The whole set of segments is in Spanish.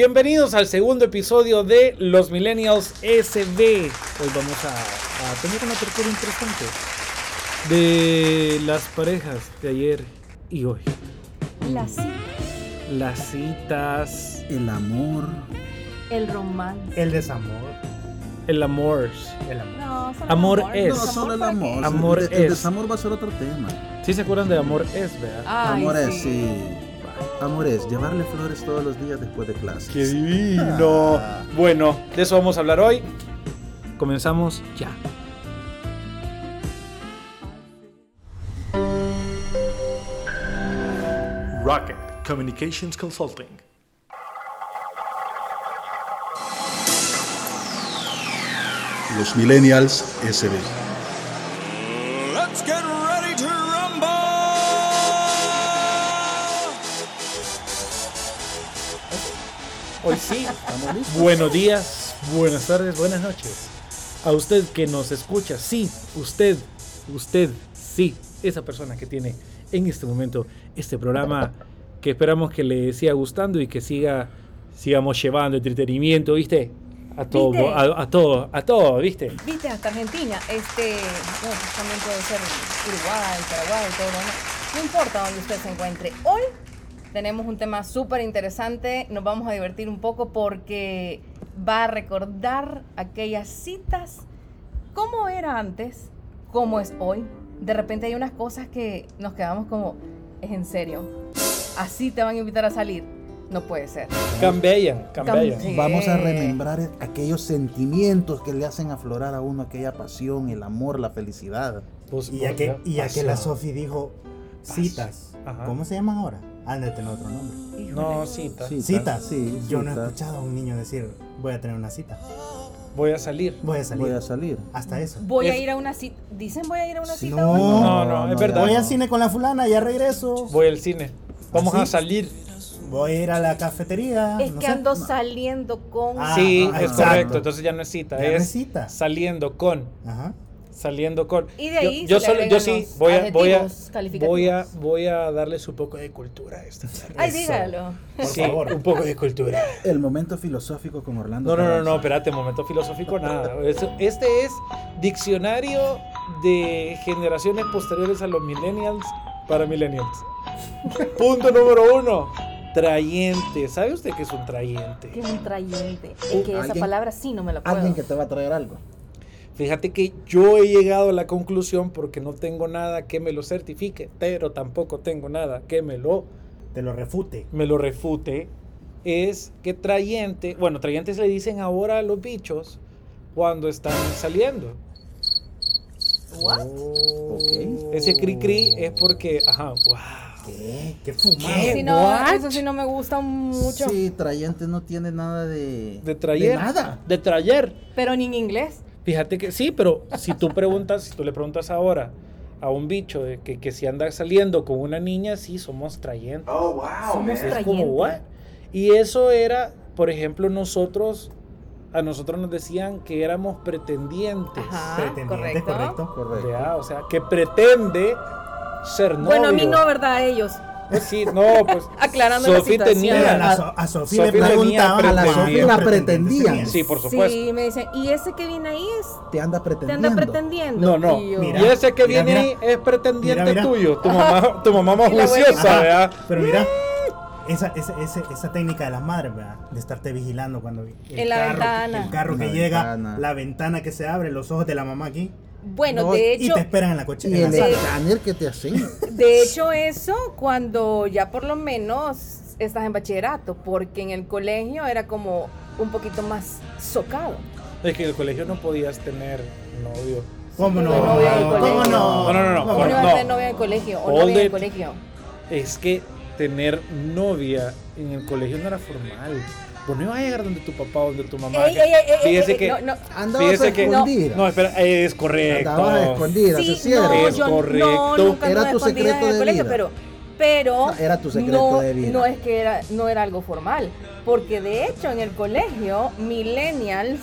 Bienvenidos al segundo episodio de Los Millennials SB. Hoy vamos a, a tener una tertulia interesante de las parejas de ayer y hoy. La cita, Las citas, El amor. el romance. El desamor. el amor. El amor. No, solo Amor el es. No, solo el ¿para qué? amor. Amor el, el es. desamor va a ser otro tema. ¿Sí se acuerdan de amor es, verdad? Ay, amor es, sí. sí. Amor es, llevarle flores todos los días después de clases. ¡Qué divino! Ah. Bueno, de eso vamos a hablar hoy. Comenzamos ya. Rocket Communications Consulting. Los Millennials SB. Let's get ready to rumble! Hoy sí. Buenos días, buenas tardes, buenas noches. A usted que nos escucha, sí, usted, usted, sí, esa persona que tiene en este momento este programa que esperamos que le siga gustando y que siga sigamos llevando entretenimiento, ¿viste? A todo, ¿Viste? A, a todo, a todo, ¿viste? Viste, hasta Argentina. Este, bueno, pues también puede ser Uruguay, Paraguay, todo lo demás. No importa donde usted se encuentre. Hoy tenemos un tema súper interesante. Nos vamos a divertir un poco porque va a recordar aquellas citas. ¿Cómo era antes? ¿Cómo es hoy? De repente hay unas cosas que nos quedamos como, es en serio. Así te van a invitar a salir. No puede ser. Cambian, cambian. Cambia. Vamos a Eh. remembrar aquellos sentimientos que le hacen aflorar a uno aquella pasión, el amor, la felicidad. Pues, Y ya pues, que, y ya que la pasó. Sofi dijo citas. Ajá. ¿Cómo se llaman ahora? Ah, deben tener otro nombre. No, cita. Citas, Citas. sí, Yo no he citas. escuchado a un niño decir, voy a tener una cita. Voy a salir. Voy a salir. Voy a salir. Ah, Hasta eso. Voy a Es- ir a una cita. Dicen voy a ir a una cita. No. hoy? No, no, es verdad. Voy ya al cine con la fulana, ya regreso. Voy al cine. Vamos ¿Ah, sí? a salir. Voy a ir a la cafetería. Es no que sé. ando saliendo con. Ah, sí, ah, es exacto. correcto. Entonces ya no es cita, Ya no es es cita. saliendo con, Ajá. saliendo con. Y de ahí yo, yo se le solo, yo agregan sí los voy a, voy a, adjetivos calificativos. voy a, voy a darles un poco de cultura a esta tarde. Ay, dígalo. Por Sí, favor. un poco de cultura. El momento filosófico con No, Orlando. no, no, Pedraza. no, espérate, momento filosófico, nada. Eso- Este es diccionario de generaciones posteriores a los millennials para millennials. Punto número uno, trayente. ¿Sabe usted qué es un Que trayente? es un trayente. Uh, Es que esa alguien- palabra sí no me la puedo. Alguien que te va a traer algo. Fíjate que yo he llegado a la conclusión porque no tengo nada que me lo certifique, pero tampoco tengo nada que me lo, Te lo refute. me lo refute, es que trayente, bueno, trayentes le dicen ahora a los bichos cuando están saliendo. ¿What? Oh. Ok. Ese cri cri es porque, ajá, wow. Ah, ¿Qué? ¿Qué fumado? ¿Qué? Sí, no, What? eso sí no me gusta mucho. Sí, trayente no tiene nada de. De trayer. nada. De trayer. Pero ni en inglés. Fíjate que sí, pero si tú preguntas, si tú le preguntas ahora a un bicho de que, que si anda saliendo con una niña, sí, somos trayentes. Somos Es como, "What?". trayentes. Y eso era, por ejemplo, nosotros, a nosotros nos decían que éramos pretendientes. Ajá, Pretendiente, correcto. correcto. Correcto. ¿verdad? Ah, O sea, que pretende ser novio. Bueno, a mí no, ¿verdad? A ellos. Pues sí, no, pues. Aclarando la Sofi situación. tenía- Mira, a, la a- So- a Sofía Sofía le tenía preguntaban. a la pretendiente. Sofía la pretendientes pretendían. tenían. Sí, por supuesto. Sí, me dicen, ¿y ese que viene ahí es? Te anda ¿Te anda pretendiendo. pretendiendo? No, no. Y yo, Mira. y ese que mira, viene mira. ahí es pretendiente Mira, mira. tuyo. Tu mamá, tu mamá más Y la abuela. juiciosa, Ajá, ¿verdad? Pero mira, ¡Ah! esa, esa, esa, esa técnica de las madres, ¿verdad? De estarte vigilando cuando. el En la carro- ventana. El carro que La llega, ventana. la ventana que se abre, los ojos de la mamá aquí. Bueno, No, de Y hecho, te esperan en la coche. Y en la el Sí. sala. escáner que te hacen. De hecho, eso cuando ya por lo menos estás en bachillerato, porque en el colegio era como un poquito más socado. Es que en el colegio no podías tener novio. ¿Cómo no? Yo no voy al ¿Cómo colegio. no? No, no, no, no. ¿Cómo Bueno, no iba a no. tener novia en el colegio? ¿O All novia en el the- colegio? Es que tener novia en el colegio no era formal. Vos no ibas a llegar donde tu papá o donde tu mamá. Ey, ey, ey, ey, Fíjese ey, ey, que. no, no. Andabas a Fíjese que- escondidas. No, espera, es correcto. Andabas a escondidas, se Sí, cierra. no, Es yo no, correcto. nunca Era anduve tu escondida secreto en el de colegio, vida. pero... Pero Era tu secreto no, de vida. no es que era, no era algo formal, porque de hecho en el colegio, millennials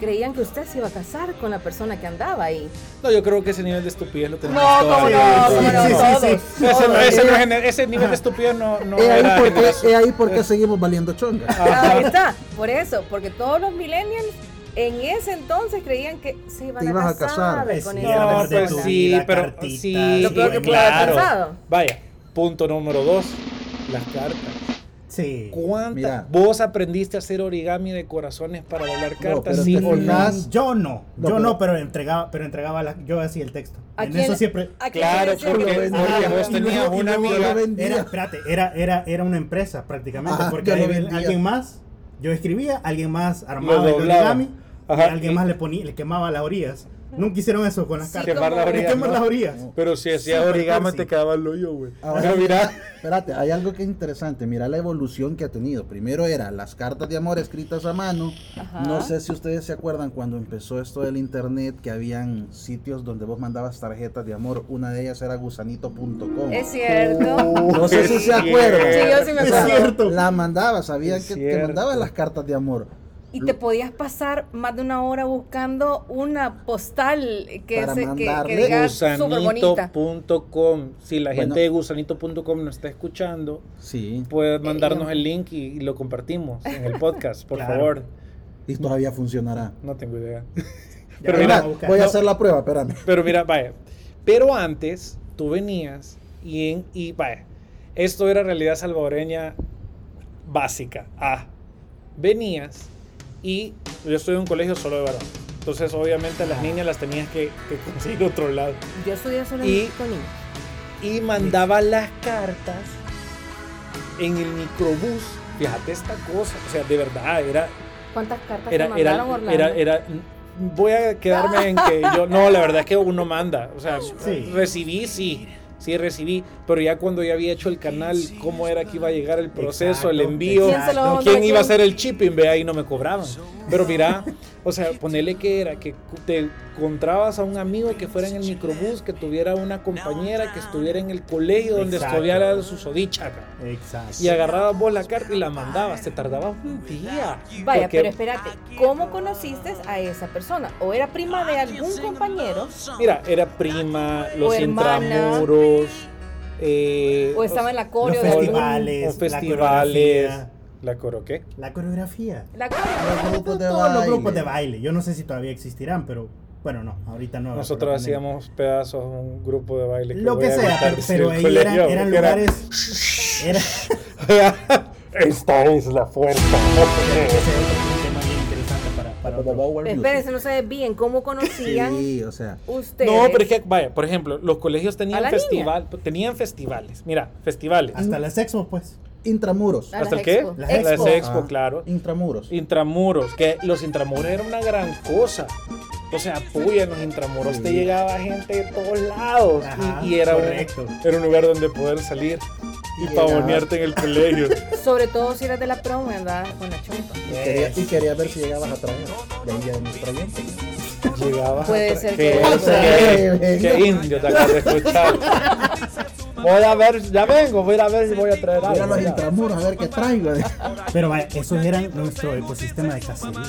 creían que usted se iba a casar con la persona que andaba ahí. No, yo creo que ese nivel de estupidez lo No, tenemos cómo todos. no, Sí, cómo no, sí, sí. todos, Ese, no- todos. ese no es gener- ese nivel de estupidez no, no Es era Eh, Ah, ahí porque, generoso. es ahí porque seguimos valiendo chonga. Ahí está, por eso, porque todos los millennials en ese entonces creían que se iban Te a ibas a casar, casar. con Sí, esa era No, perder persona. pues tu sí, vida, pero cartitas, sí, Lo peor que puede haber pasado. Vaya, punto número dos, las cartas. Sí. ¿Cuántas? Mira. Vos aprendiste a hacer origami de corazones para doblar cartas, pero sí te o no. fijas- Mm, Yo no, No, yo pero- no, pero entregaba, pero entregaba la, yo hacía el texto. ¿A en quién- eso siempre a quién Claro, le decía porque- que- porque Ah, vos no. tenías luego- una luego yo amiga- vendía. era, espérate, era, era, era una empresa prácticamente, Ajá, porque yo lo alguien- vendía. alguien más, yo escribía, alguien más armaba el doblaba. origami, y Ajá. alguien más le ponía, le quemaba las orillas. Nunca hicieron eso con las Sí, cartas. Quemar las como- Le orillas, queman ¿no? las orillas. Pero si hacías Súper origami cursi. te quedaba el hoyo, güey. Ahora- Pero mira, Espérate, hay algo que es interesante. Mira la evolución que ha tenido. Primero era las cartas de amor escritas a mano. Ajá. No sé si ustedes se acuerdan cuando empezó esto del internet que habían sitios donde vos mandabas tarjetas de amor. Una de ellas era gusanito.com. Es cierto. No sé si Es se acuerdan. Sí, yo sí me Es acuerdo. cierto. La mandabas, sabían Es que, que cierto. mandabas las cartas de amor. Y te podías pasar más de una hora buscando una postal que, Para se- que- que, mandarle. diga súper bonita. gusanito.com. Si la gente Bueno. de gusanito.com nos está escuchando, Sí. puedes mandarnos el link y, y lo compartimos en el podcast, por Claro. favor. Y todavía funcionará. No tengo idea. Ya Pero lo mira, vamos a buscar. voy a no. hacer la prueba, espérame. Pero mira, vaya. Pero antes tú venías y, en, y vaya. Esto era realidad salvadoreña básica. Ah, venías y yo estoy en un colegio solo de varones. Entonces, obviamente, a las niñas las tenías que, que conseguir otro lado. Yo estudié solo Y- en con niños. Y mandaba las cartas en el microbús. Fíjate esta cosa. O sea, de verdad, era ¿Cuántas cartas te era, era, mandaron, Orlando? era, era- voy a quedarme en que yo, no, la verdad es que uno manda, o sea, Sí. recibí, sí, sí recibí, pero ya cuando ya había hecho el canal, cómo era que iba a llegar el proceso, el Exacto, envío, ¿Quién se lo va a mandar quién a iba a quién? hacer el shipping, ve ahí no me cobraban, pero mira, o sea, ponele que era que te encontrabas a un amigo que fuera en el microbús, que tuviera una compañera, que estuviera en el colegio donde Exacto. estudiara su sodichaca. Exacto. Y agarrabas vos la carta y la mandabas, te tardabas un día. Vaya, porque- pero espérate, ¿cómo conociste a esa persona? ¿O era prima de algún compañero? Mira, era prima, los hermana. intramuros. eh, ¿O estaba en la coreo Los de algún- festivales, o la festivales. coreografía. ¿La coro qué? La coreografía. La Los coreo. grupos de Todos los baile. grupos de baile. Yo no sé si todavía existirán, pero bueno, no, ahorita no. Nosotros Ah, Pero también- hacíamos pedazos, un grupo de baile. lo voy que a sea, evitar pero, decir pero el ahí colegio, eran, eran porque era- lugares. Era, Esta es la fuerza. ese es otro tema bien interesante para, para otro- Espérense, no sé bien, ¿cómo conocían Sí, o sea. ustedes? No, pero es que, vaya, por ejemplo, los colegios A tenían la festival, tenían festivales. Mira, festivales. Hasta las expo, pues. Intramuros. Ah, las ¿Hasta el qué? expo. Las Expo. expo, Ah, claro. Intramuros. Intramuros, que los intramuros era una gran cosa. O sea, puya, en los intramuros te llegaba gente de todos lados. y- Ajá, y era un, correcto. era un lugar donde poder salir y Era- pavonearte en el colegio. Sobre todo si eras de la promo y andabas con la chompa. Y quería, y quería ver si llegabas a traer. De ahí ya nos traían. Llegabas. Puede a- ser que. que- que- Puede que ser. indio te acabo de escuchar. Voy a ver, ya vengo, voy a ir a ver si voy a traer Mira algo. los ya. intramuros, a ver qué traigo. Pero vaya, esos eran nuestro ecosistema de cacería.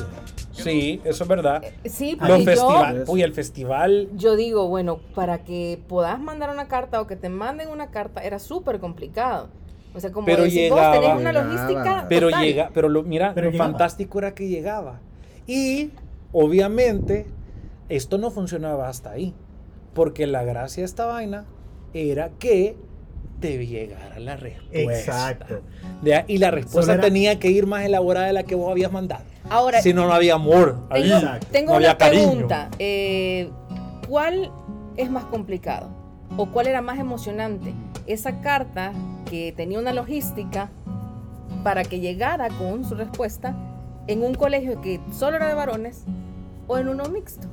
Sí, eso es verdad. Sí, Los porque Ah, yo, festivales. Uy, el festival. yo digo, bueno, para que puedas mandar una carta o que te manden una carta era súper complicado. O sea, como Pero decís llegaba. vos, tenés una Llegaba. logística Pero total. llega, pero lo, mira, Pero lo llegaba. fantástico era que llegaba. Y obviamente esto no funcionaba hasta ahí, porque la gracia de esta vaina era que te llegara la respuesta. Exacto. De a- y la respuesta era- tenía que ir más elaborada de la que vos habías mandado. Ahora, si no, no había amor. ahí, tengo, Exacto. tengo no había una cariño. pregunta. Eh, ¿Cuál es más complicado? ¿O cuál era más emocionante? Esa carta que tenía una logística para que llegara con su respuesta en un colegio que solo era de varones o en uno mixto.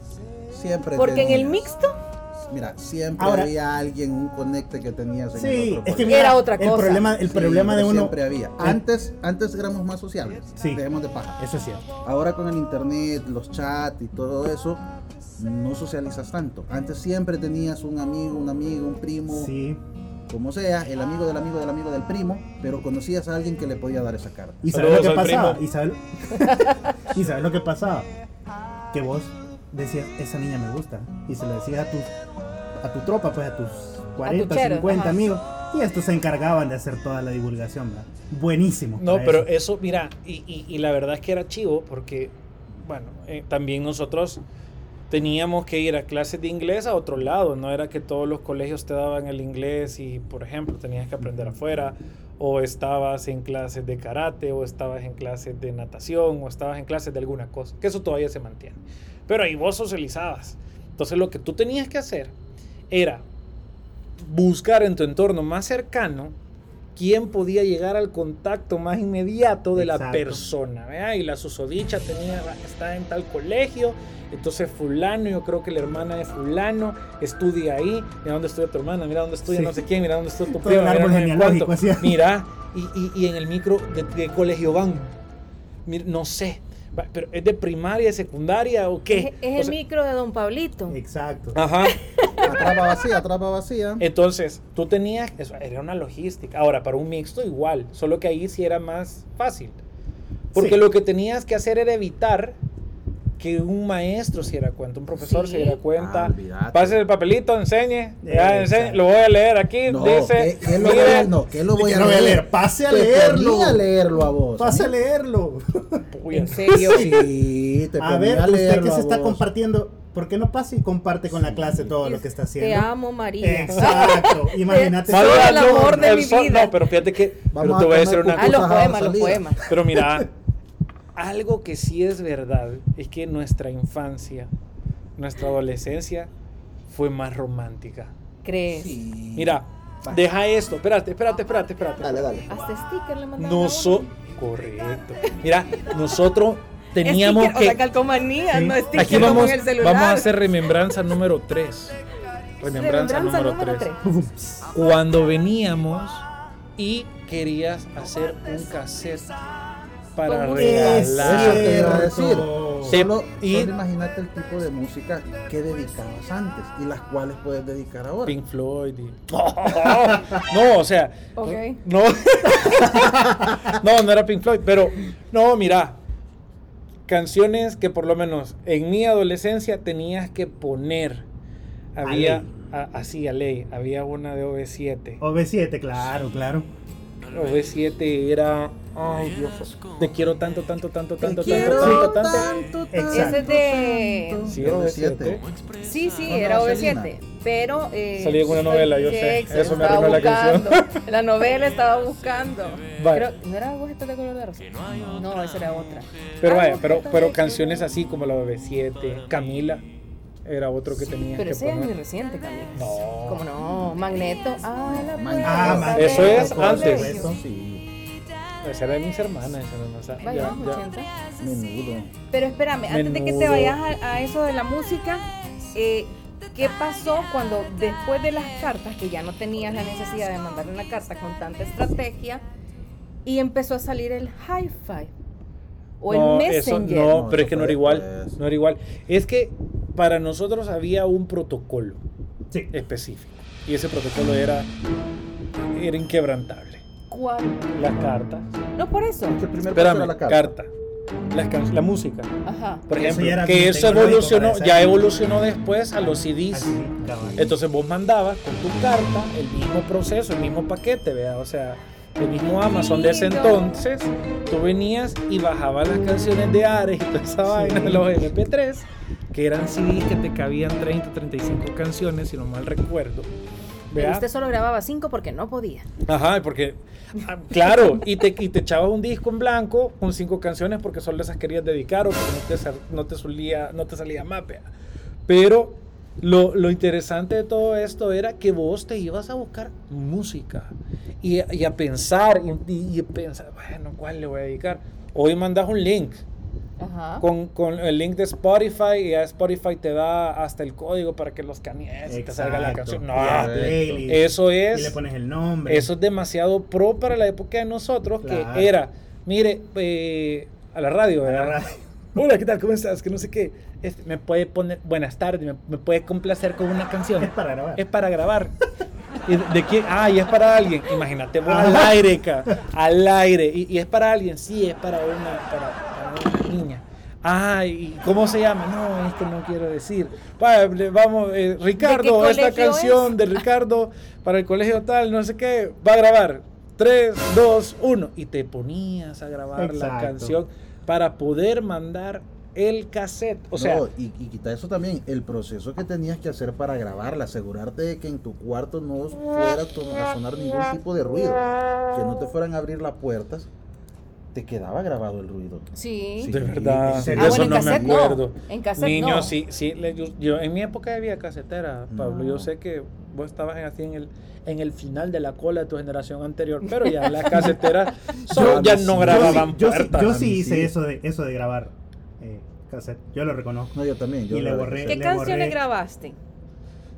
Siempre. Porque en el tenías- mixto Mira, siempre Ahora- había alguien, un conecte que tenías en el Sí, otro es que colegio. mira, Era otra cosa. El problema, el Sí, problema de pero uno. Siempre había. Antes, antes éramos más sociables. Sí. Dejemos de paja. Eso es cierto. Ahora con el internet, los chats y todo eso, no socializas tanto. Antes siempre tenías un amigo, un amigo, un primo, Sí. como sea, el amigo del amigo del amigo del primo, pero conocías a alguien que le podía dar esa carta. ¿Y sabes Saludos lo que al pasaba? primo. ¿Y sabes, ¿Y sabes lo que pasaba? que vos decías, esa niña me gusta. Y se lo decías a tu, a tu tropa, pues a tus 40, chero, 50 ajá. amigos. Y estos se encargaban de hacer toda la divulgación, ¿verdad? Buenísimo. No, para pero eso. eso, mira, y, y- y la verdad es que era chivo porque, bueno, eh, también nosotros teníamos que ir a clases de inglés a otro lado, no era que todos los colegios te daban el inglés y, por ejemplo, tenías que aprender afuera, o estabas en clases de karate, o estabas en clases de natación, o estabas en clases de alguna cosa, que eso todavía se mantiene. Pero ahí vos socializabas. Entonces lo que tú tenías que hacer era buscar en tu entorno más cercano quién podía llegar al contacto más inmediato de la Exacto. persona. ¿vea? Y la susodicha tenía, está en tal colegio, entonces fulano, yo creo que la hermana de fulano estudia ahí, mira dónde estudia tu hermana, mira dónde estudia Sí. no sé quién, mira dónde estudia tu Todo el prima, mira árbol no sé genealógico, cuánto. así. Mira, y, y- y en el micro de, de colegio van, Mir- no sé, va, pero es de primaria, secundaria o Es, qué. es O el sea, micro de Don Pablito. Exacto. Ah, Ajá. Atrapa vacía, atrapa vacía. Entonces, tú tenías, eso era una logística. Ahora, para un mixto igual, solo que ahí sí era más fácil. Porque Sí. lo que tenías que hacer era evitar que un maestro se diera cuenta, un profesor se Sí. diera cuenta. Ah, olvídate. pase el papelito, enseñe, ya, Exacto. enseñe, lo voy a leer aquí, No, dice, ¿qué, qué lo voy mire, a, no, ¿qué lo voy a No voy a leer? leer, pase a Te leerlo. ponía a leerlo a vos. Pasa a leerlo. puya. En serio. Sí, te A ponía ver, a usted leerlo que a se está vos. compartiendo, ¿por qué no pasa y comparte con la clase todo lo que está haciendo? Te amo, María. Exacto. Imagínate. Solo Madre, el amor de el mi sol- vida. No, pero fíjate que, pero Vamos te a voy a comer decir una cosa. Ah, cucú. los Puta, poemas, los salida. poemas. Pero mira, algo que sí es verdad es que nuestra infancia, nuestra adolescencia fue más romántica. ¿Crees? Sí. Mira, deja esto, espérate, espérate, espérate, espérate. Dale, dale. Hasta sticker le mandaron. a uno. Noso- correcto. Mira, nosotros teníamos Sticker, O sea, que calcomanía, no sticker aquí como vamos, en el celular. vamos a hacer remembranza número 3. Remembranza, número 3. cuando veníamos y querías hacer un cassette para Con Eh, Eso regalar. te iba a decir. Sí, Solo, y- solo imagínate el tipo de música que dedicabas antes y las cuales puedes dedicar ahora. Pink Floyd. y- No, o sea, Ok. no, no, no era Pink Floyd, pero no, mira, canciones que por lo menos en mi adolescencia tenías que poner. Había ley. a- así a ley, había una de OV7. OV7, claro, claro. OV7 era, ay Dios, te quiero tanto, tanto, tanto, tanto, Quiero tanto, tanto, tanto. tanto, Ese es Exacto. de. Sí, Los de OV7. siete. Sí, sí, No, no, era Selena. OV7. Pero. Eh, Salí con una novela, yo sé. Jackson Eso me estaba arruinó la canción. buscando. La novela estaba buscando. Vale. Pero, ¿No era agujetas de color de rosa? No, esa era otra. Ah, Pero vaya, Agujetas pero, de pero color- canciones así como la BB7, Camila, era otro que tenía Pero que ese es muy poner. reciente, Camila. No. ¿Cómo no? Magneto. Ah, la Magneto. Ah, puerta Magneto, Eso es del por antes. supuesto. colegio. Sí, Esa era de mis hermanas, esa no, o sea, Vaya, ya- ya. 80. menudo. Pero espérame, antes de que te Menudo. vayas a, a eso de la música, eh, ¿qué pasó cuando después de las cartas, que ya no tenías la necesidad de mandar una carta con tanta estrategia, y empezó a salir el hi-fi o el No, eso- messenger? no, No, pero eso es que no fue era igual, después. no era igual. Es que para nosotros había un protocolo Sí. específico y ese protocolo era, era inquebrantable. ¿Cuál? Las cartas, No por eso. El primer paso espérame, era la carta, carta. las can- la música, Ajá. por Eso ejemplo, ya era que bien eso tecnológico evolucionó, para esa ya época. evolucionó después a los CDs. Así, cabal. Entonces vos mandabas con tu carta el mismo proceso, el mismo paquete, ¿verdad? O sea, el mismo Amazon de ese Lindo. entonces, tú venías y bajabas las canciones de Ares y toda esa vaina, los MP3, que eran CDs que te cabían 30, 35 canciones, si no mal recuerdo. Pero ¿verdad? usted solo grababa cinco porque no podía. Ajá, porque, ah, claro, y te, y te echabas un disco en blanco con cinco canciones porque solo esas querías dedicar o porque no te, sal- no te, solía, no te salía mapea. Pero lo, lo interesante de todo esto era que vos te ibas a buscar música y, a- y a pensar, y, y- y pensar, bueno, ¿cuál le voy a dedicar? Hoy mandas un link Ajá. con, con el link de Spotify y a Spotify te da hasta el código para que los caniees y te salga la Exacto. canción. No, Y la Correcto. playlist. eso es... Y le pones el nombre. Eso es demasiado pro para la época de nosotros, Claro. que era, mire, eh, a la radio, A la ¿verdad? radio. Hola, ¿qué tal? ¿Cómo estás? Que no sé qué. Este, me puede poner, buenas tardes, me, me puede complacer con una canción. Es para grabar. Es para grabar. ¿Y de- ¿De quién? Ah, y es para alguien. Imagínate, vos al Ah. aire, ca, al aire. Y, y es para alguien, sí, es para una, para, para una niña. Ah, ¿y cómo se llama? No, esto no quiero decir. Va, le- Vamos, eh, Ricardo, qué esta colegio canción es? de Ricardo para el colegio tal, no sé qué, va a grabar. 3, 2, 1. Y te ponías a grabar la Exacto. canción para poder mandar el cassette. O sea, No, y, y quita eso también, el proceso que tenías que hacer para grabarla, asegurarte de que en tu cuarto no fuera a ton- a sonar ningún tipo de ruido, que no te fueran a abrir las puertas, te quedaba grabado el ruido. Sí. Sí. De verdad, sí. de Ah, bueno, eso en no me cassette no. acuerdo. En cassette Niño, no. sí, sí. le- yo, yo- en mi época había casetera, Pablo. Yo sé que vos estabas en- así en el, en el final de la cola de tu generación anterior, pero ya las caseteras solo Yo- ya no yo grababan yo sí, puertas. yo sí Sí. hice eso de eso de grabar eh, cassette. Yo lo reconozco. No, yo también. Yo Y le grabé borré. cassette. ¿Qué Le canciones borré. grabaste?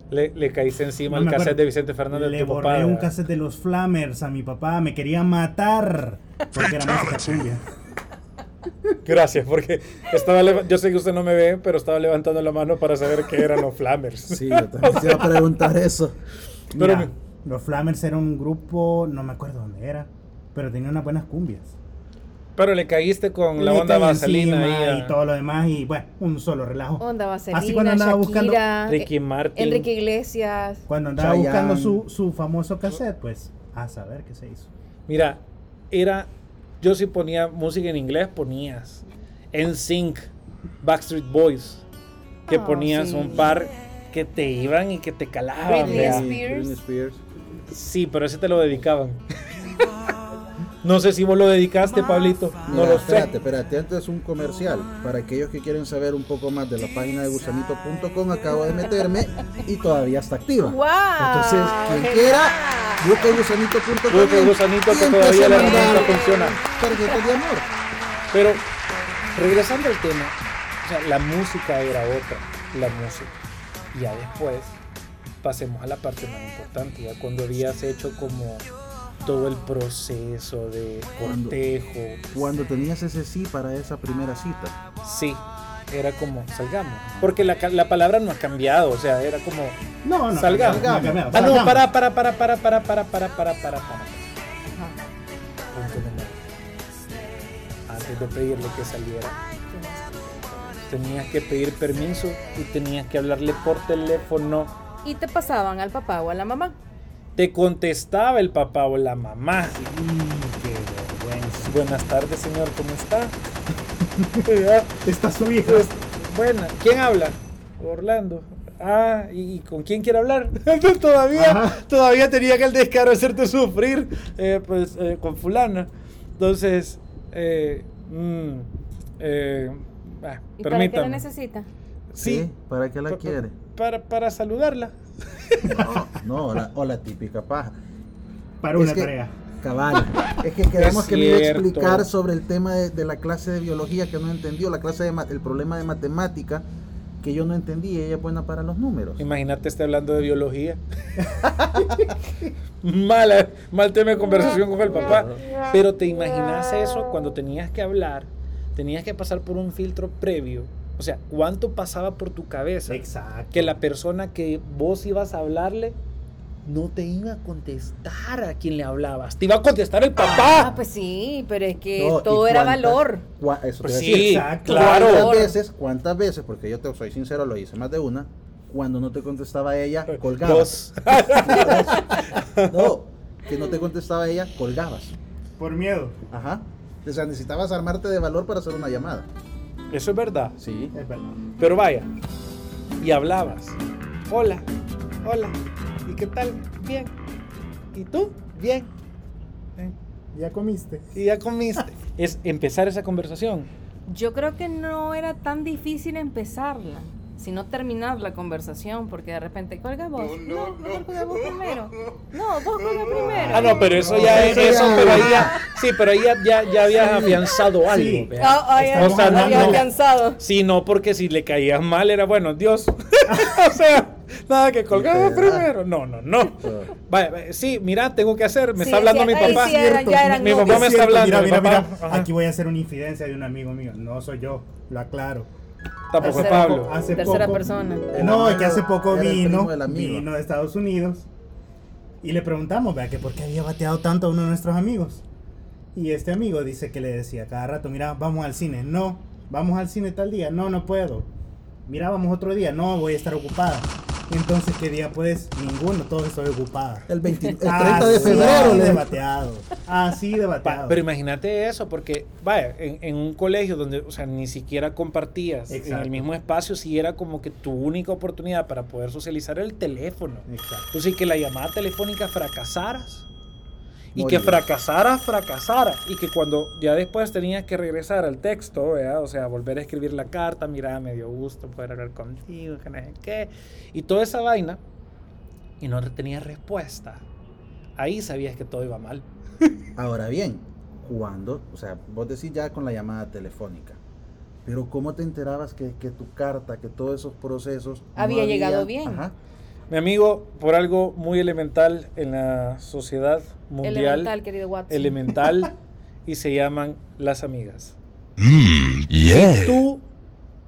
Le, le caíste encima No el me acuerdo. cassette de Vicente Fernández de Le tu papá. borré un ¿verdad? cassette de los Flammers a mi papá, me quería matar porque era música cumbia. Gracias, porque estaba leva- yo sé que usted no me ve, pero estaba levantando la mano para saber qué eran los Flammers. Sí, yo también te iba a preguntar eso. Pero Mira, mi- los Flammers era un grupo, no me acuerdo dónde era, pero tenía unas buenas cumbias. Pero le caíste con la Le onda caí vaselina encima ahí. ah. y a- todo lo demás y bueno, un solo relajo. Onda Vaselina, Así cuando andaba buscando- Shakira, Ricky eh, Martin. Enrique Iglesias. Cuando andaba Chayanne. buscando su, su famoso cassette, pues a saber qué se hizo. Mira, era. Yo si ponía música en inglés, ponías NSYNC, Backstreet Boys, que Ah, ponías sí. un par que te iban y que te calaban. Britney vea. Spears. Sí, pero ese te lo dedicaban. no sé si vos lo dedicaste, Pablito. Ah. No Mira, lo espérate, sé. espérate, antes un comercial. Para aquellos que quieren saber un poco más de la página de gusanito.com, acabo de meterme y todavía está activa. ¡Wow! Entonces, quien Ah, ¡Genial! quiera, busca gusanito.com. Busca Gusanito, que todavía la herramienta funciona. Tarjeta de amor. Pero regresando al tema, o sea, la música era otra, la música. Y ya después pasemos a la parte más importante, ya cuando habías hecho como todo el proceso de Cuando- cortejo. Cuando tenías ese sí para esa primera cita. Sí, era como salgamos. Porque la, ca- la palabra no ha cambiado, o sea, era como No, no, salgamos. no, no, no, no, Ah, no, salgamos. para, para, para, para, para, para, para, para, para, para. Ajá. Punto número uno. Antes de pedirle que saliera, tenías que pedir permiso y tenías que hablarle por teléfono. Y te pasaban al papá o a la mamá. Te contestaba el papá o la mamá. Mm, Buenas tardes, señor, ¿cómo está? ¿Verdad? Está su vieja. Pues, buena. ¿Quién habla? Orlando. Ah, ¿y y con quién quiere hablar? todavía, todavía tenía que el descaro de hacerte sufrir eh, pues, eh, con fulana. Entonces, eh, mm, eh, ah, ¿Y para qué la permítame. necesita? Sí, ¿eh? ¿Para qué la quiere? para, para saludarla. No, la- o la típica paja. Para una Es que- tarea. Cabal. Es que quedamos Es que me iba a cierto. explicar sobre el tema de, de la clase de biología que no entendió, la clase de ma- el problema de matemática que yo no entendí, y ella es buena para los números. Imagínate, esté hablando de biología. Mala, mal tema de conversación con el papá. Pero te imaginas eso cuando tenías que hablar, tenías que pasar por un filtro previo. O sea, ¿cuánto pasaba por tu cabeza? Exacto. Que la persona que vos ibas a hablarle no te iba a contestar a quien le hablabas. Te iba a contestar el Ah, papá. pues sí, pero es que No, y todo era cuántas- valor. cua- Pues eso te iba a decir. sí, exacto. claro. Valor. ¿Cuántas veces, cuántas veces, porque yo te soy sincero, lo hice más de una, cuando no te contestaba ella, colgabas. Dos. No, que no te contestaba ella, colgabas. Por miedo. Ajá. O sea, necesitabas armarte de valor para hacer una llamada. Eso es verdad. Sí. Es verdad. Pero vaya, y hablabas. Hola, hola, ¿y qué tal? Bien. ¿Y tú? Bien. Ya comiste. ¿Y ya comiste? es empezar esa conversación. Yo creo que no era tan difícil empezarla, sino terminar la conversación, porque de repente, cuelga vos. No, no, mejor cuelga vos primero. No, vos cuelga primero. Ah, no, pero eso ya es Eso eso, ya- pero ahí ya, sí, pero ahí ya, ya, ya habías afianzado algo. Sí. vea. Ah, ah, ya, O sea, ya, no, ya no. cansado. Sí, no, porque si le caías mal era bueno, Dios. o sea, nada que colgamos Literal. primero. No, no, no. Vaya, vaya, sí, mira, tengo que hacer, me Sí, está hablando sí, mi ahí papá. sí era- ya eran Mi novios. papá me Es está cierto, hablando. mi Mira, mira, papá. mira. Ajá. Aquí voy a hacer una infidencia de un amigo mío. No soy yo, lo aclaro. Tampoco es Tercera- Pablo. Hace tercera poco- persona. No, es que hace poco Era el vino, primo del amigo. vino de Estados Unidos y le preguntamos, vea, que por qué había bateado tanto a uno de nuestros amigos. Y este amigo dice que le decía cada rato, mira, vamos al cine. No, vamos al cine tal día, no, no puedo. Mira, vamos otro día, no, voy a estar ocupada. Entonces, ¿qué día puedes? Ninguno, todos estoy ocupada. El, 20 el 30 Ah, Así de febrero. le- debateado. Así debateado. Pero imagínate eso, porque vaya, en, en un colegio donde, o sea, ni siquiera compartías en Exacto. el mismo espacio, si era como que tu única oportunidad para poder socializar era el teléfono. Exacto. Entonces, y que la llamada telefónica fracasaras. Y Morías. que fracasaras, fracasaras. Y que cuando ya después tenías que regresar al texto, ¿verdad? o sea, volver a escribir la carta, mira, me dio gusto poder hablar contigo, que no sé qué. Y toda esa vaina, y no tenías respuesta. Ahí sabías que todo iba mal. Ahora bien, ¿cuándo? O sea, vos decís ya con la llamada telefónica. Pero ¿cómo te enterabas que, que tu carta, que todos esos procesos... Había llegado bien. Ajá. Mi amigo, por algo muy elemental en la sociedad mundial, Elemental, querido Watson. elemental, y se llaman las amigas. Eh. Yeah. Tú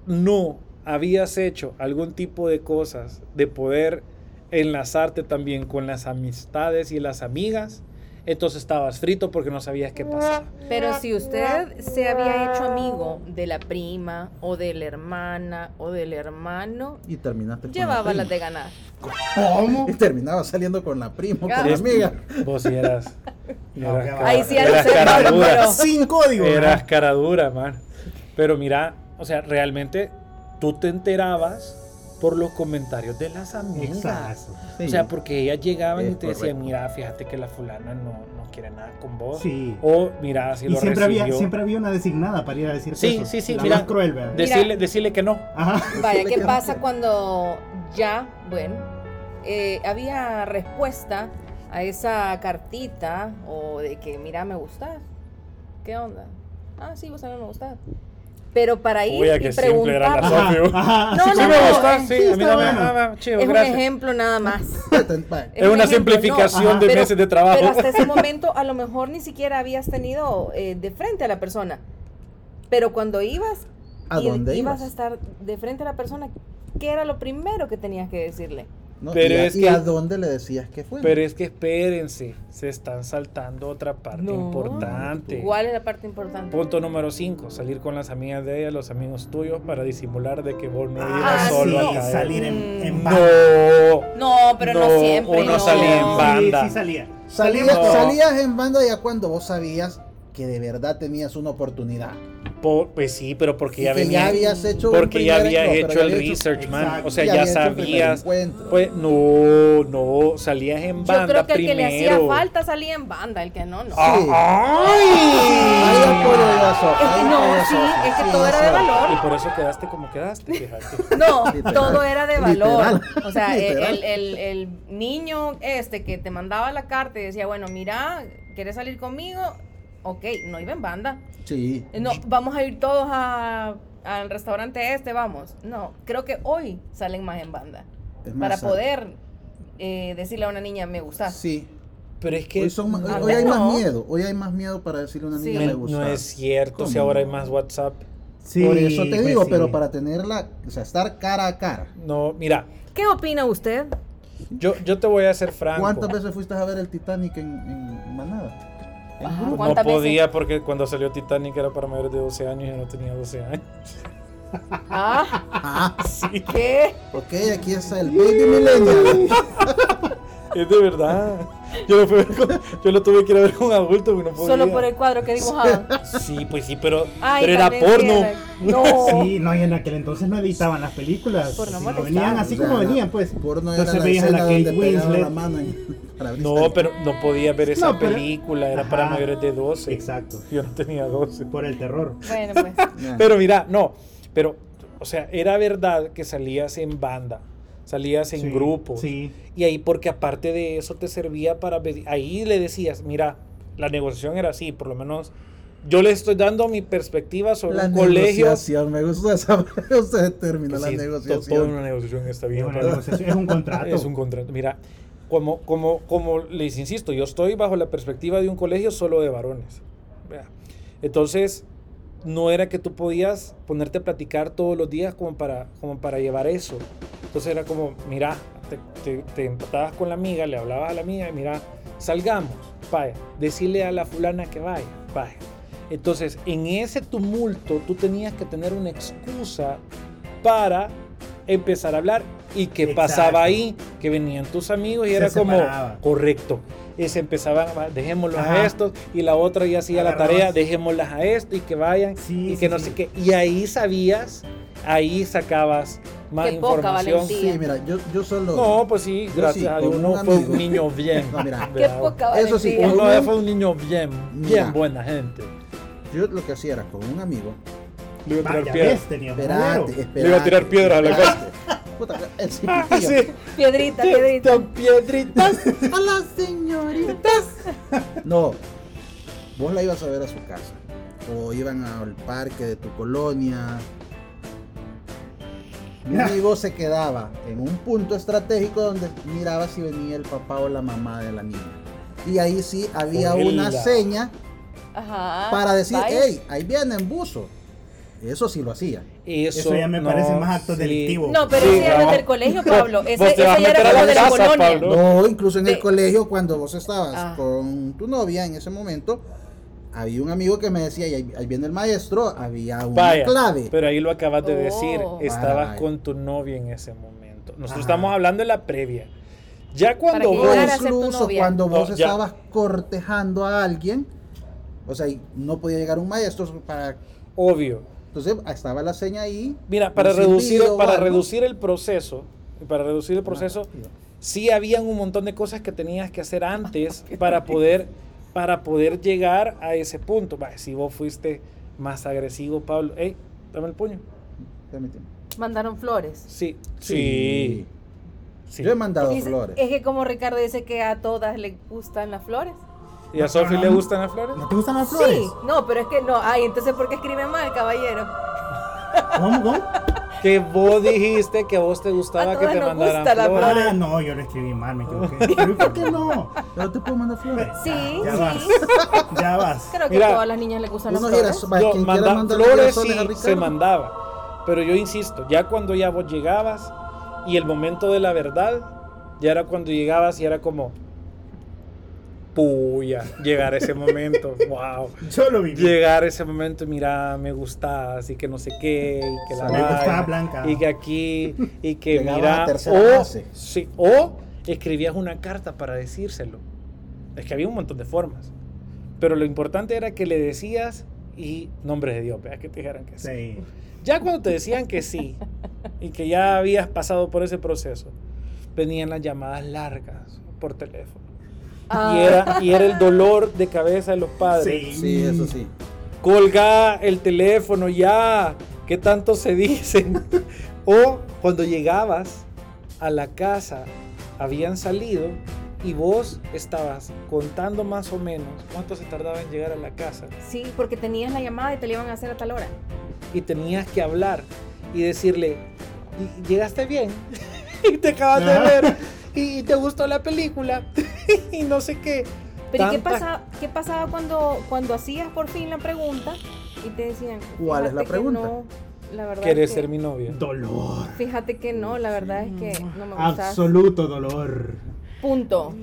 no habías hecho algún tipo de cosas de poder enlazarte también con las amistades y las amigas, entonces estabas frito porque no sabías qué pasaba. Pero si usted se había hecho amigo de la prima o de la hermana o del hermano, Y terminaste con llevaba la las de prima. ganar. ¿Cómo? Y terminaba saliendo con la prima, o con Ah. la amiga. Vos sí eras. No, eras qué cara- va. Ahí sí ya eras no sé, cara Pablo, dura. pero- Sin código. Eras ¿no? cara dura, man. Pero mira, o sea, realmente tú te enterabas por los comentarios de las amigas. Exacto. O sea, porque ellas llegaban y Es te decían, correcto. mira, fíjate que la fulana no, no quiere nada con vos. Sí. O mira, si Y lo siempre había, recibió. siempre había una designada para ir a decir Sí, eso. sí, sí, La mira. más cruel, ¿verdad? De- Decirle, decirle que no. Ajá. Vaya, ¿qué pasa cuando ya, bueno, eh, había respuesta a esa cartita o de que, mira, me gustas? ¿Qué onda? Ah, sí, vos también me gustas. Pero para ir Uy, a y que siempre era la sola. preguntar, Ajá, Obvio. ajá. No, sí no, me no, gusta, eh, sí, sí, a mí está también. bueno. Ah, va, chido, es un gracias. ejemplo nada más. Es una un ejemplo, simplificación no, ajá. de meses de trabajo. Pero hasta ese momento a lo mejor ni siquiera habías tenido eh, de frente a la persona. Pero cuando ibas, ¿A y- dónde ibas ibas? a estar de frente a la persona, ¿qué era lo primero que tenías que decirle? No, Pero y, a- es y que- a dónde le decías que fue? Pero es que espérense, se están saltando otra parte No. importante. ¿Cuál es la parte importante? Punto número 5, salir con las amigas de ella, los amigos tuyos, para disimular de que vos no ibas Ah, sí, solo a sí, caer. salir en, en banda. No, No, pero no, No, siempre. uno no. salía en ba- banda. Sí, sí salía. Salías, No. salías en banda ya cuando vos sabías que de verdad tenías una oportunidad. po- pues sí, pero porque Y ya que venía. habías hecho un porque ya primer- habías no, pero hecho el habías research, man. Exacto. O sea, Ya ya habías hecho el primer sabías. encuentro. Pues no, no, salías en Yo banda creo que el que primero. le hacía falta salía en banda, el que no, no. Ah, Sí. Vaya por allá, Sofía, Es que vaya no, por allá, sí, Sofía. es que Sí, todo era de Sofía. valor. Y por eso quedaste como quedaste, fíjate. No, Literal. todo era de valor. Literal. O sea, el, Literal. el- el- el niño este que te mandaba la carta y decía, bueno, mira, ¿quieres salir conmigo? Ok, no iba en banda. Eh, Sí. No, vamos a ir todos a- al restaurante este, vamos. No, creo que hoy salen más en banda. Es más, para sal- poder eh, decirle a una niña, me gusta. Sí. Pero es que. Hoy, Pues son más- hoy- Ah, hoy hay más no. miedo. Hoy hay más miedo para decirle a una niña Sí. me no, gusta. no es cierto, si ¿Cómo ahora hay no? más WhatsApp. Sí, Por eso te pues digo, sí. pero para tenerla, o sea, estar cara a cara. No, mira, ¿Qué opina usted? yo, yo te voy a ser franco. ¿Cuántas veces fuiste a ver el Titanic en, en Manada? Ajá, No Ah, ¿cuántas veces? podía porque cuando salió Titanic era para mayores de 12 años y yo no tenía 12 años. Ah, Ah, ¿qué? ok, aquí está el Baby Millennial. Es de verdad. Yo lo, fui a ver con- yo lo tuve que ir a ver con adultos y no podía. Solo por el cuadro que dibujaba. Sí, pues sí, pero, Ay, pero era también porno. era- No. Sí, no, y en aquel entonces no editaban las películas. Por no sino molestar. venían así O sea, como la- venían, pues. Porno era entonces la veías a la escena Kate donde pegaban la Winslet. mano en- para abrir No, pero no podía ver esa No, pero- película, era para Ajá. mayores de 12. Exacto. Yo no tenía 12. Por el terror. Bueno, pues. Pero mira, no, pero, o sea, era verdad que salías en banda, salías en Sí, grupos. Sí. Y ahí, porque aparte de eso, te servía para. pedir- Ahí le decías, mira, la negociación era así, por lo menos. Yo le estoy dando mi perspectiva sobre La un colegio. negociación, me gusta esa, ese término, Pues la sí, to- Todo en negociación. una negociación está Es bien. una ¿verdad? negociación, es un contrato. Es un contrato. Mira, como, como, como les insisto, yo estoy bajo la perspectiva de un colegio solo de varones. Vea. Entonces, no era que tú podías ponerte a platicar todos los días como para, como para llevar eso. Entonces era como, mira, te, te, te empatabas con la amiga, le hablabas a la amiga, mira, salgamos, vaya, decirle a la fulana que vaya, vaya. Entonces, en ese tumulto, tú tenías que tener una excusa para empezar a hablar. ¿Y qué Exacto. pasaba ahí? Que venían tus amigos y Se era como, separaba. correcto. Y se empezaban, va, dejémoslos a Ajá. estos, y la otra ya hacía la Agarrabas. tarea, dejémoslas a esto, y que vayan, Sí, y sí, que no sí. sé qué. Y ahí sabías, ahí sacabas más Qué poca información. valentía. Sí, mira, yo, yo solo. No, pues sí, Yo gracias sí, a con Dios, un uno fue amigo. un niño bien. No, mira. Qué ¿verdad? poca valentía. Eso sí, con Uno un- fue un niño bien, bien Mira. buena gente. Yo lo que hacía era con un amigo. Le iba a tirar Vaya, piedras. ves, tenía un Esperate, bolero. esperate. Le iba a tirar piedras a la esperate. Puta, el Ah, cipitillo. sí. Piedrita, piedrita. Tan piedritas. A las señoritas. No, vos la ibas a ver a su casa. O iban al parque de tu colonia. Mi amigo se quedaba en un punto estratégico donde miraba si venía el papá o la mamá de la niña. Y ahí sí había una Oiga. seña Ajá. para decir, vaya. hey, ahí viene en buzo. Eso sí lo hacía. Eso, Eso ya me parece más acto sí. delictivo. No, pero Sí, ese era no. del colegio, Pablo. Ese, Vos te ese vas a ya meter era a la como de la casa, colonia. Pablo. No, incluso en Sí. el colegio, cuando vos estabas Ah. con tu novia en ese momento, había un amigo que me decía, y ahí, ahí viene el maestro, había una Vaya, clave. Pero ahí lo acabas de Oh. decir. Estabas Vaya. con tu novia en ese momento. Nosotros Ajá. estamos hablando de la previa. Ya Para cuando que vos. llegara a ser tu incluso novia. cuando No, vos ya. estabas cortejando a alguien, o sea, y no podía llegar un maestro para... Obvio. Entonces estaba la seña ahí. Mira, para un reducir, silbido o para algo. Ah, reducir el proceso, para reducir el proceso, sí habían un montón de cosas que tenías que hacer antes para poder, para poder llegar a ese punto. Va, si vos fuiste más agresivo, Pablo, hey, dame el puño. Permíteme. Mandaron flores. Sí, sí, sí. Yo he mandado Dice- flores. Es que como Ricardo dice que a todas le gustan las flores. ¿Y a Sofi le gustan las flores? ¿No te gustan las flores? Sí, no, pero es que no. Ay, entonces ¿por qué escribe mal, caballero? ¿Cómo, cómo? Que vos dijiste que a vos te A gustaba que todas te nos mandaran gusta la flores. Ah, no, yo lo escribí mal, me equivoqué. Pero ¿y ¿Por qué no? Pero te puedo mandar flores. Sí, Ya vas, sí. ya vas. Creo que Mira, a todas las niñas les gustan las Uno flores. giras- va, Yo, quien quiera manda- mandarle flores girasoles a sí Ricardo. se mandaba. Pero yo insisto, ya cuando ya vos llegabas y el momento de la verdad, ya era cuando llegabas y era como. Puya, llegar a ese momento, wow. Yo lo viví. Llegar a ese momento, mira, me gustas y que no sé qué, y que la Me vaina, gustaba Blanca. y que aquí, y que Llegabas a mira, tercera o, base. sí, o escribías una carta para decírselo. Es que había un montón de formas, pero lo importante era que le decías y nombre de Dios, vea que te dijeran que sí. Sí. Ya cuando te decían que sí y que ya habías pasado por ese proceso, venían las llamadas largas por teléfono. Ah. Y, era, y era el dolor de cabeza de los padres. Sí. Sí, eso sí. Colga el teléfono ya, ¿qué tanto se dicen? o cuando llegabas a la casa, habían salido y vos estabas contando más o menos cuánto se tardaba en llegar a la casa Ah, Sí, porque tenías la llamada y te la iban a hacer a tal hora. y tenías que hablar y decirle, "Y- llegaste bien, y te acabas de Ajá. ver, y te gustó la película, y no sé qué. Pero ¿y qué, Tantas- pasa, qué pasaba cuando, cuando hacías por fin la pregunta y te decían... ¿Cuál es la "Fíjate que pregunta? no, la verdad ¿Quieres es que- ser mi novia? Dolor. Fíjate que no, la verdad es que no me gustas. Absoluto dolor. Punto.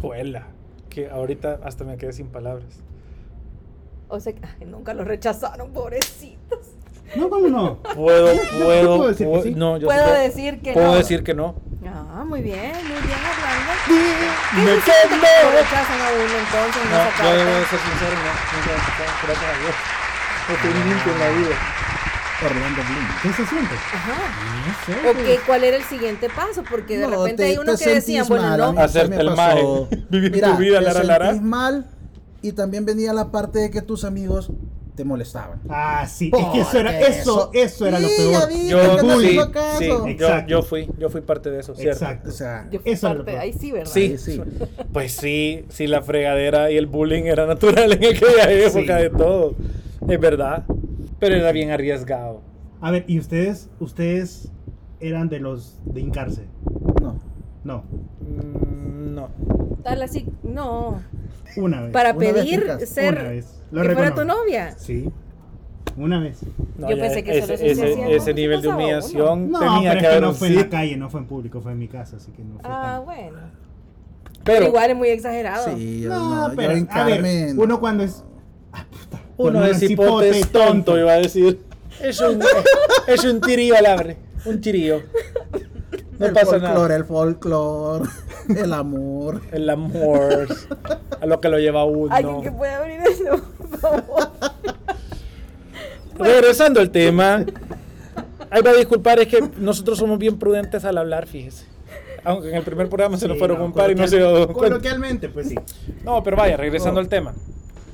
Juela, que ahorita hasta me quedé sin palabras. O sea, que- ay, nunca lo rechazaron, pobrecitos. No, ¿cómo no? Puedo, puedo, puedo decir que puedo- sí. no, yo sí Puedo puedo- decir que puedo no. decir que no. Ah, muy bien, muy bien, Orlando. Me Lo quedo. rechazan a uno entonces en No, esa yo debo de carta. ser sincero, no, nunca me rechazaron, gracias a Dios. Porque limpio en la vida. Orlando Bloom. ¿Qué se siente? Ajá. No sé. Ok, ¿cuál era el siguiente paso? Porque de No, repente te- hay uno te que decían, sentís bueno, mal, Ah, a no. mí se Hacerte me el pasó. mae. Vivir tu Mira, vida, te lara, sentís lara. mal y también venía la parte de que tus amigos te molestaban. Ah, sí. Es que eso era, Porque eso, eso era lo Sí, peor. ya vi, Yo, que no sí, hizo caso. sí, yo, Exacto. yo fui, yo fui parte de eso, ¿cierto? Exacto. O sea, Yo fui Eso era lo parte- peor. ahí sí, ¿verdad? Sí, ahí sí. Pues sí, sí, la fregadera y el bullying era natural en aquella época de todo. Es verdad. Pero era bien arriesgado. A ver, ¿y ustedes, ustedes eran de los de hincarse? No. No, Mm, No. Tal así, no. una vez. Para Una vez pedir picas, ser una vez. que Lo fuera reconozco. tu novia. Sí, una vez. No, Yo ya pensé que solo ese, eso se ese- hacía, ¿no? ese ¿Qué nivel de pasaba? Uno. humillación No, tenía pero que es que haber no un fue sí. en la calle, no fue en público, fue en mi casa, así que no fue Ah, tan- bueno. Pero Pero igual es muy exagerado. Sí, yo No, no, yo pero, en a ver, Carmen- uno cuando es Ah, Uno es hipote es tonto, iba a decir. Es un, es un tirío alabre. Un tirío. No el pasa folclore, nada. el folclore, el amor. El amor. A lo que lo lleva Alguien uno. que pueda abrir eso, por favor. Regresando al tema. Ahí va a disculpar, es que nosotros somos bien prudentes al hablar, fíjese. Aunque en el primer programa se nos fueron un par y no se dio coloquial- cuenta. Coloquialmente, pues sí. No, pero vaya, regresando al tema.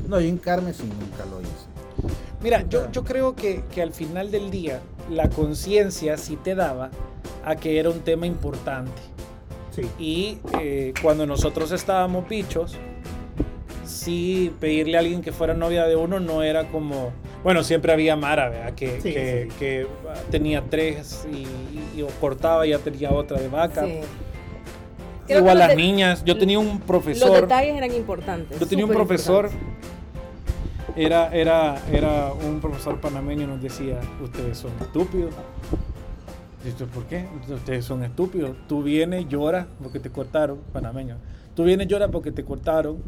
No, yo en Carmen sí nunca lo hice. Mira, yo, yo creo que, que al final del día la conciencia sí te daba a que era un tema importante. Sí. Y eh, cuando nosotros estábamos bichos, sí pedirle a alguien que fuera novia de uno no era como... Bueno, siempre había Mara, ¿verdad? Que, Sí, que, sí. que, ah, tenía tres y, y- y o cortaba y ya tenía otra de vaca. Sí. Creo que Igual las los de- niñas. Yo tenía un profesor... Los detalles eran importantes. Yo tenía un profesor, era, era, era un profesor panameño, nos decía, ustedes son estúpidos. Y yo, ¿Por qué? Ustedes son estúpidos. Tú vienes, lloras porque te cortaron, panameño. Tú vienes, lloras porque te cortaron.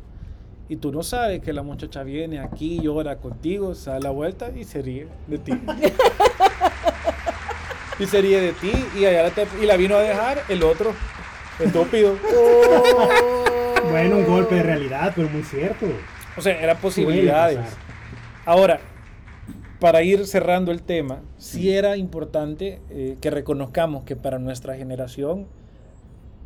Y tú no sabes que la muchacha viene aquí, llora contigo, se da la vuelta y se ríe de ti. y se ríe de ti y, allá la te- y la vino a dejar el otro, estúpido. Oh. Bueno, un golpe de realidad, pero muy cierto. O sea, eran posibilidades. Ahora, para ir cerrando el tema, sí era importante eh, que reconozcamos que para nuestra generación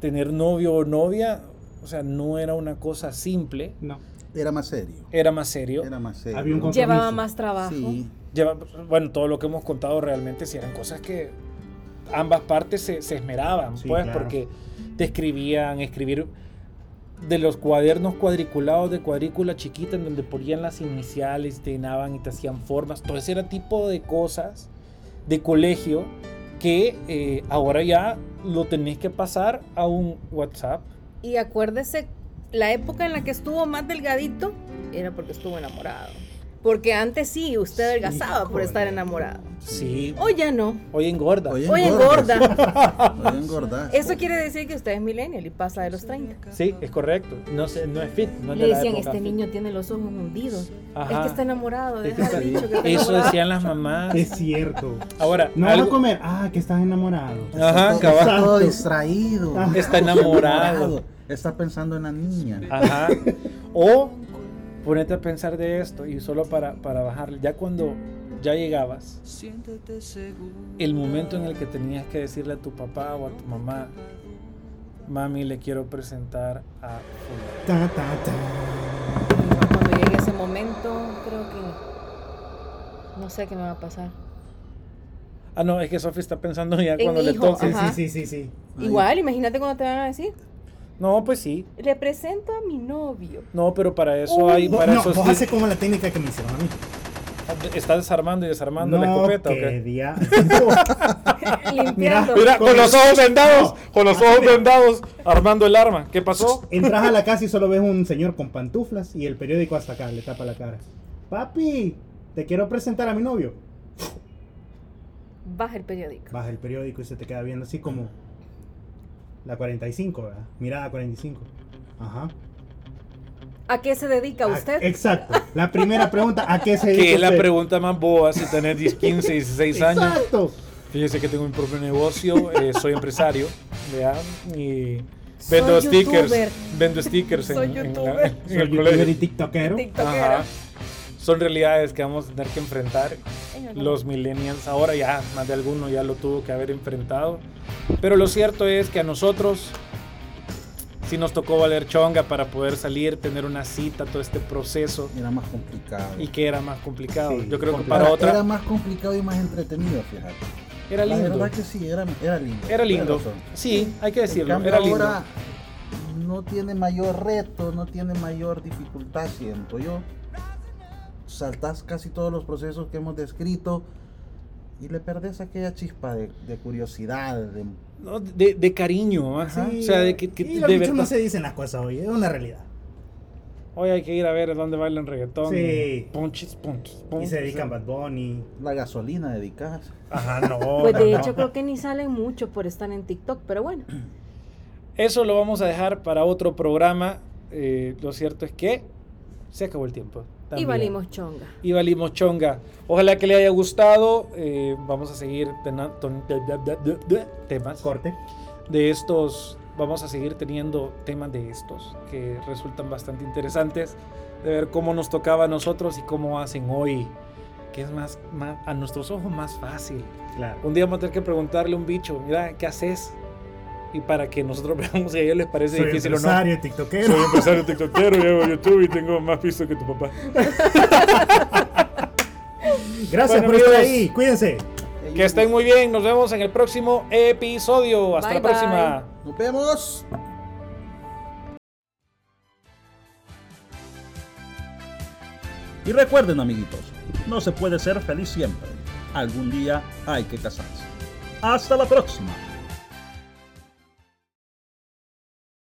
tener novio o novia, o sea, no era una cosa simple, No. Era más serio. era más serio. Era más serio. Había un compromiso. Llevaba más trabajo. Sí. Lleva- bueno, todo lo que hemos contado realmente sí eran cosas que ambas partes se, se esmeraban, Sí, pues, claro. porque te escribían, escribir de los cuadernos cuadriculados de cuadrícula chiquita en donde ponían las iniciales, te llenaban y te hacían formas, todo ese era tipo de cosas de colegio que eh, ahora ya lo tenés que pasar a un WhatsApp. Y acuérdese, la época en la que estuvo más delgadito era porque estuvo enamorado. Porque antes sí, usted adelgazaba por Híjole. estar enamorado. Sí, Hoy ya no. hoy engorda. Hoy Hoy engordas. engorda. Hoy engordas. Eso quiere decir que usted es millennial y pasa de los 30. Sí, es correcto. No, se- no es fit. No es Le de la decían, época este fit". niño tiene los ojos hundidos. Es Ajá. que está enamorado. Es que deja está- al bicho que está Eso enamorado". decían las mamás. Es cierto. Ahora, No van a algo, comer. Ah, que estás enamorado. Ajá, Todo- cabal. Está todo Exacto. distraído. Ajá. Está enamorado. Está pensando en la niña. Ajá. O ponete a pensar de esto y solo para, para bajarle. Ya cuando ya llegabas, el momento en el que tenías que decirle a tu papá o a tu mamá, mami, le quiero presentar a fulano". Ta, ta, ta. Cuando llegue ese momento, creo que. No sé qué me va a pasar. Ah, no, es que Sofi está pensando ya En cuando mi le hijo, toques. ajá. Sí, sí, sí, sí. Ay. Igual, imagínate cuando te van a decir. No, pues sí. Le presento a mi novio. No, pero para eso hay, Vos- para no, eso vos sí- haces como la técnica que me hicieron a mí. está desarmando y desarmando la No, escopeta. ¿o que qué? dia- Limpiando. Mira, con los ojos vendados, con los ojos Ándale. vendados, armando el arma. ¿Qué pasó? Entras a la casa y solo ves un señor con pantuflas y el periódico hasta acá, le tapa la cara. Papi, te quiero presentar a mi novio. Baja el periódico. Baja el periódico y se te queda viendo así como la 45, ¿verdad? Mirada 45. Ajá. ¿A qué se dedica Ah, eh, usted? Exacto. La primera pregunta, ¿a qué se dedica Que es la usted? pregunta más boba si tenés 10, 15, 16 años. Exacto. Fíjese que tengo mi propio negocio, eh, soy empresario, ¿vea? Y Soy vendo stickers. youtuber. Vendo stickers en, Soy en la- youtuber. en Soy el youtuber y colegio. tiktokero. TikTokera. Ajá. Son realidades que vamos a tener que enfrentar. Ellos no. Los millennials ahora ya, más de alguno ya lo tuvo que haber enfrentado. Pero lo cierto es que a nosotros sí nos tocó valer chonga para poder salir, tener una cita, todo este proceso Era más complicado. y que era más complicado. Sí, Yo creo que complicado. para Era- otra Era más complicado y más entretenido, fíjate. era La lindo. verdad que sí, era, era lindo. Era lindo. Tienes razón. Sí, hay que En decirlo. cambio, Era lindo. ahora no tiene mayor reto, no tiene mayor dificultad, siento yo. Saltas casi todos los procesos que hemos descrito y le perdés aquella chispa de, de curiosidad. de- No, de, de cariño, ajá. Sí, o sea, de que, que y de los bichos verdad- no se dicen las cosas hoy, es una realidad. Hoy hay que ir a ver dónde bailan reggaetón. Sí. Punches, punches, Y punches. se dedican Bad Bunny. la gasolina dedicarse. Ajá, no. Pues no, de no. hecho creo que ni salen mucho por estar en TikTok, pero bueno. Eso lo vamos a dejar para otro programa. Eh, lo cierto es que se acabó el tiempo. Tan, también. Y valimos chonga. y valimos chonga. Ojalá que le haya gustado. eh, vamos a seguir tena- ton- de- de- de- de- de- temas Corte. de estos. Vamos a seguir teniendo temas de estos que resultan bastante interesantes de ver cómo nos tocaba a nosotros y cómo hacen hoy, que es más, más a nuestros ojos más fácil. Claro. Un día vamos a tener que preguntarle a un bicho, mira, ¿qué haces? Y para que nosotros veamos si a ellos les parece Soy difícil o no. empresario, tiktokero. empresario tiktokero, yo hago YouTube y tengo más piso que tu papá. Gracias Bueno, por estar amigos. ahí. Cuídense. Que estén muy bien. Nos vemos en el próximo episodio. Hasta Bye, la próxima. bye. Nos vemos. Y recuerden, amiguitos, no se puede ser feliz siempre. Algún día hay que casarse. Hasta la próxima.